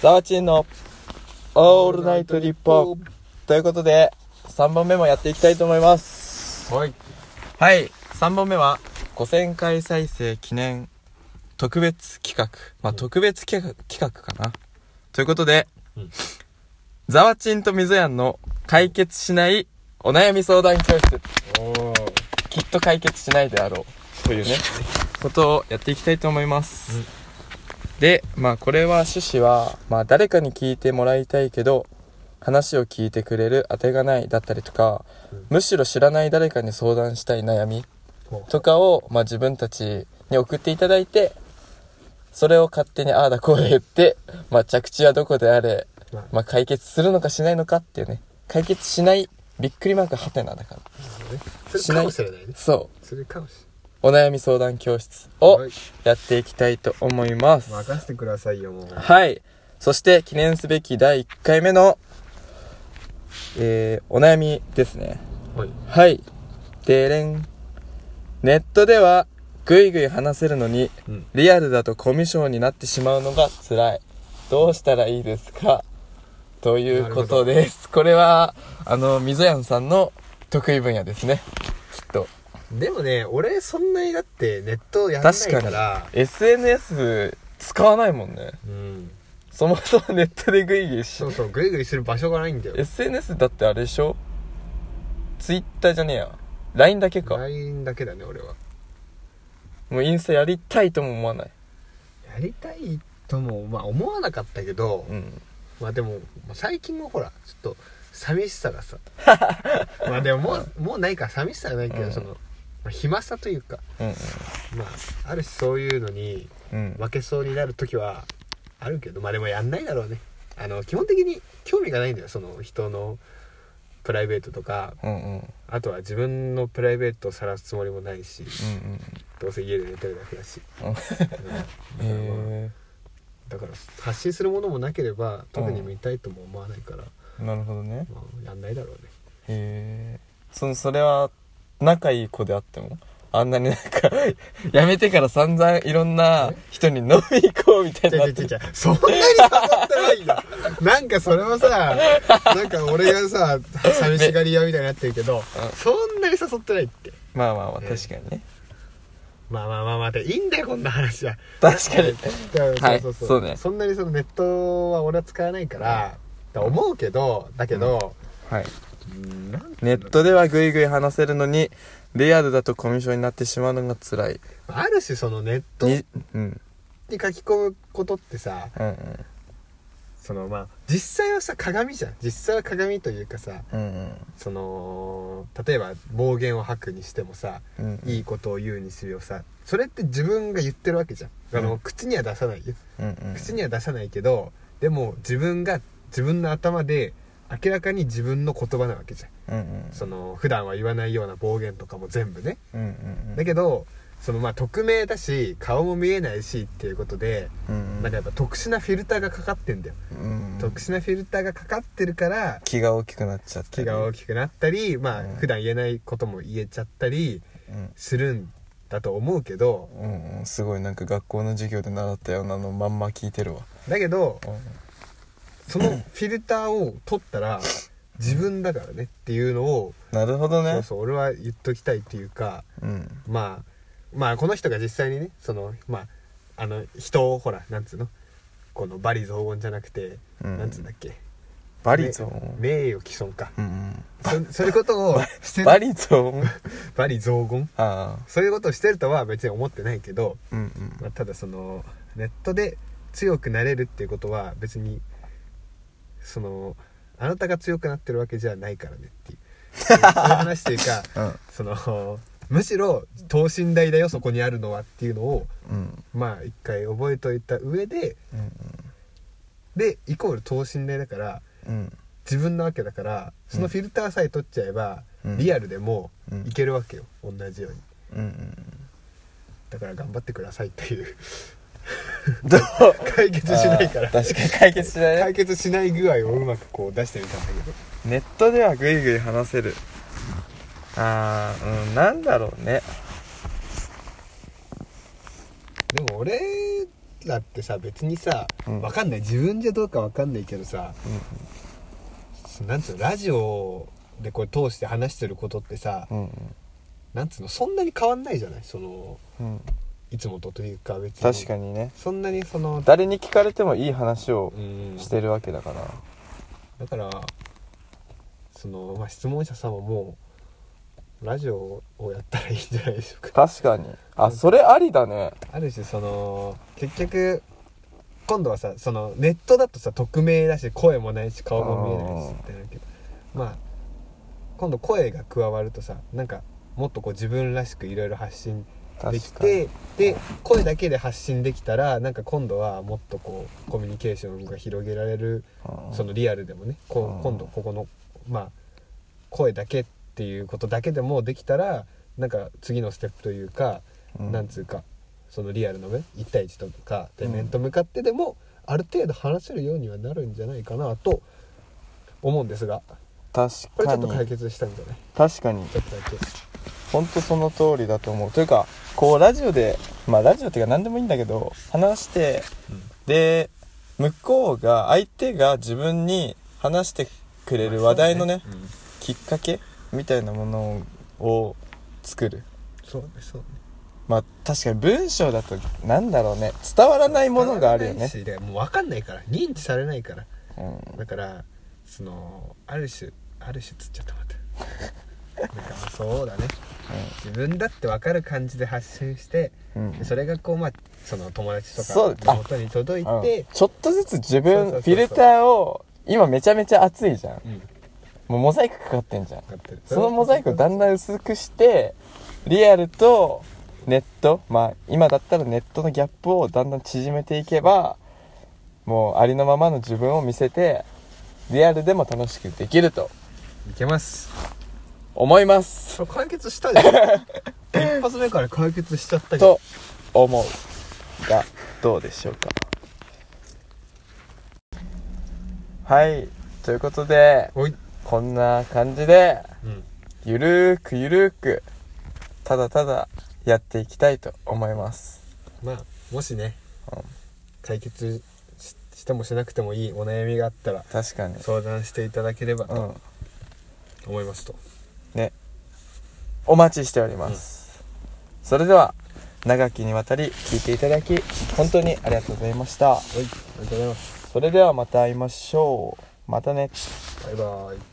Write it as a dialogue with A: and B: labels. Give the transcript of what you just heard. A: ザワチンのオールナイトリッポン。ということで、3本目もやっていきたいと思います。
B: はい。
A: はい、3本目は5000回再生記念特別企画。まあ、特別企画企画かな。ということで
B: うん、
A: ザワチンと水やんの解決しないお悩み相談教室。
B: おー。
A: きっと解決しないであろうというねことをやっていきたいと思います、
B: うん
A: でまあこれは趣旨は、まあ、誰かに聞いてもらいたいけど話を聞いてくれる当てがないだったりとか、
B: うん
A: むしろ知らない誰かに相談したい悩みとかを、まあ、自分たちに送っていただいてそれを勝手にああだこうだ言って、まあ、着地はどこであれ、まあ、解決するのかしないのかっていうね解決しないびっくりマークハテナだから
B: それかもしれないね。
A: そう
B: それかもし
A: お悩み相談教室
B: れない。
A: を
B: はい
A: やっていきたいと思います。
B: 任せてくださいよ、もう。
A: はい。そして記念すべき第1回目の、えー、お悩みですね。
B: はい。
A: はい。でれん。ネットではぐいぐい話せるのに、
B: うん。
A: リアルだとコミュ障になってしまうのが辛い。どうしたらいいですかということです。これは、あの、みぞやんさんの得意分野ですね。きっと。
B: でもね、俺そんなにだってネットやんないから。
A: 確か SNS 使わないもんね。
B: うん。
A: そもそもネットでグイグイし
B: そうそう、グイグイする場所がないんだよ。
A: SNS だってあれでしょツイッターじゃねえや LINE だけか
B: LINE だけだね、俺は。
A: もうインスタやりたいとも思わない
B: やりたいとも、まあ思わなかったけど、
A: うん
B: まあでも、まあ最近もほら、ちょっと、寂しさ がさ。まあでももう、もうないから寂しさはないけど、
A: うん
B: その、まあ暇さというか、
A: うん
B: まあ、あるしそういうのに、
A: うん
B: 負けそうになる時はあるけどまあでもやんないだろうねあの基本的に興味がないんだよその人のプライベートとか
A: うんうんうん
B: あとは自分のプライベートを晒すつもりもないし
A: うん
B: どうせ家で寝てるだけだし、
A: うん
B: うん
A: へ
B: だから発信するものもなければ特に見たいとも思わないから、
A: えなるほどね
B: まあ、やんないだろうね
A: へえそのそれは仲いい子であってもあんなになん かやめてから散々いろんな人に飲み行こうみたい
B: ち
A: になっ
B: ゃちゃ
A: て
B: ちゃちゃそんなにハマってないよなんかそれはさなんか俺がさ寂しがり屋みたいになってるけど、そんなに誘ってないって
A: まあまあまあ
B: ええ
A: 確かにね
B: まあまあまあまあでいいんだよこんな話は
A: 確かにはい
B: そうそ
A: そ
B: うそうう
A: ね
B: そんなにそのネットは俺は使わないから、だから思うけどだけど、
A: はい
B: うんなんてい
A: ネッ
B: うんだろう
A: トではぐいぐい話せるのにリアルだとコミュ障になってしまうのが辛い
B: ある種そのネットに
A: にうん
B: 書き込むことってさ
A: うんうん
B: そのまあ実際はさ鏡じゃん実際は鏡というかさ
A: うん
B: その例えば暴言を吐くにしてもさ
A: うんうん
B: いいことを言うにしようさそれって自分が言ってるわけじゃんあの、
A: うん
B: 口には出さないよ
A: うんうん
B: 口には出さないけどでも自分が自分の頭で明らかに自分の言葉なわけじゃん
A: うんうん
B: その普段は言わないような暴言とかも全部ね
A: うんうん
B: だけどそのまあ匿名だし顔も見えないしっていうことで
A: うん
B: なんかやっぱ特殊なフィルターがかかってんだよ、
A: うん
B: 特殊なフィルターがかかってるから
A: 気が大きくなっちゃった
B: 気
A: り
B: が大きくなったりまあ
A: うん
B: 普段言えないことも言えちゃったり
A: うん
B: するんだと思うけど
A: うんうんすごいなんか学校の授業で習ったようなのまんま聞いてるわ
B: だけど
A: うん
B: そのフィルターを取ったら自分だからねっていうのを
A: なるほど
B: そ
A: ね
B: うそう俺は言っときたいっていうか
A: うん
B: まあまあこの人が実際にねそのまああの人をほらなんつうのこの罵詈雑言じゃなくて、
A: うん
B: なんつうんだっけ
A: バリゾーン
B: 名誉毀損か
A: うん
B: そそういうことをして
A: うん
B: る
A: バリゾーン
B: 罵詈雑言
A: ああ
B: そういうことをしてるとは別に思ってないけど、
A: うんうん
B: まあ、ただそのネットで強くなれるっていうことは別にそのあなたが強くなってるわけじゃないからねっていうそういう話というか
A: うん
B: そのむしろ等身大だよそこにあるのはっていうのを
A: うん
B: まあ一回覚えといた上で
A: うん
B: でイコール等身大だから
A: うん
B: 自分なわけだからそのフィルターさえ取っちゃえば、
A: うん
B: リアルでも
A: うん
B: いけるわけよ、同じように
A: うんうん
B: だから頑張ってくださいっていう
A: どう
B: 解決しないから
A: あー確かに解決しないね
B: 解決しない具合をうまくこう出してみたんだけど
A: ネットではぐいぐい話せるあーうんなんだろうね
B: でも俺らってさ別にさ、
A: うん
B: わかんない自分じゃどうかわかんないけどさ、そなんつうのラジオでこれ通して話してることってさ、
A: うん
B: なんつうのそんなに変わんないじゃないその
A: うんうん
B: いつもとというか別に
A: 確かにね
B: そんなにその
A: 誰に聞かれてもいい話を
B: うん
A: してるわけだから
B: だからその、まあ、質問者さんはもうラジオをやったらいいんじゃないでしょうか
A: 確かにあそれありだね
B: ある種その結局今度はさそのネットだとさ匿名だし声もないし顔も見えないしってなるけどまあ今度声が加わるとさなんかもっとこう自分らしくいろいろ発信でき
A: 確かに
B: てで声だけで発信できたらなんか今度はもっとこうコミュニケーションが広げられる
A: うん
B: そのリアルでもねこ
A: うん
B: う今度ここのまあ声だけっていうことだけでもできたらなんか次のステップというか、
A: うん
B: なんつうかそのリアルの面1対1とかで
A: うん
B: 面と向かってでも、ある程度話せるようにはなるんじゃないかなと思うんですがこ
A: 確
B: れち
A: か
B: ょっと解
A: に
B: 決したんじゃない
A: 確かに
B: ちょっとだけ
A: 本当その通りだと思うというかこうラジオでまあラジオっていうか何でもいいんだけど話して、
B: うん
A: で向こうが相手が自分に話してくれる話題のね,、
B: うん
A: きっかけみたいなものを作る
B: そうねそうね
A: まあ確かに文章だとなんだろうね伝わらないものがあるよ
B: ない
A: ね、
B: しでもう分かんないから認知されないから
A: うん、
B: だからそのある種ある種つっちゃったまたなんかまあそうだね、自分だって分かる感じで発信して、
A: うん
B: でそれがこうまあその友達と
A: そう
B: か
A: あ
B: の元に届い
A: うん
B: て
A: ちょっとずつ自
B: そうそう
A: 分
B: そうそう
A: フィルターを今めちゃめちゃ熱いじゃん
B: うん分
A: もうモザイクかかってんじゃん
B: かってる
A: そのモザイクをだ
B: ん
A: んだん薄くしてリアルとネットまあ今だったらネットのギャップをだんだん縮めていけばもうありのままの自分を見せてリアルでも楽しくできると
B: いけます
A: 思います
B: それ解決したでしょ 一発目から解決しちゃったけど
A: と思うがどうでしょうかはいということで
B: おい、
A: こんな感じで
B: うん、
A: ゆるーくゆるーくただただやっていきたいと思います
B: まあもしね
A: うん
B: 解決ししてもしなくてもいいお悩みがあったら
A: 確かに
B: 相談していただければ
A: う
B: と
A: ん
B: 思いますと、
A: ねお待ちしております、それでは長きにわたり聞いていただき本当にありがとうございました
B: はいありがとうございます
A: それではまた会いましょうまたね
B: バイバイ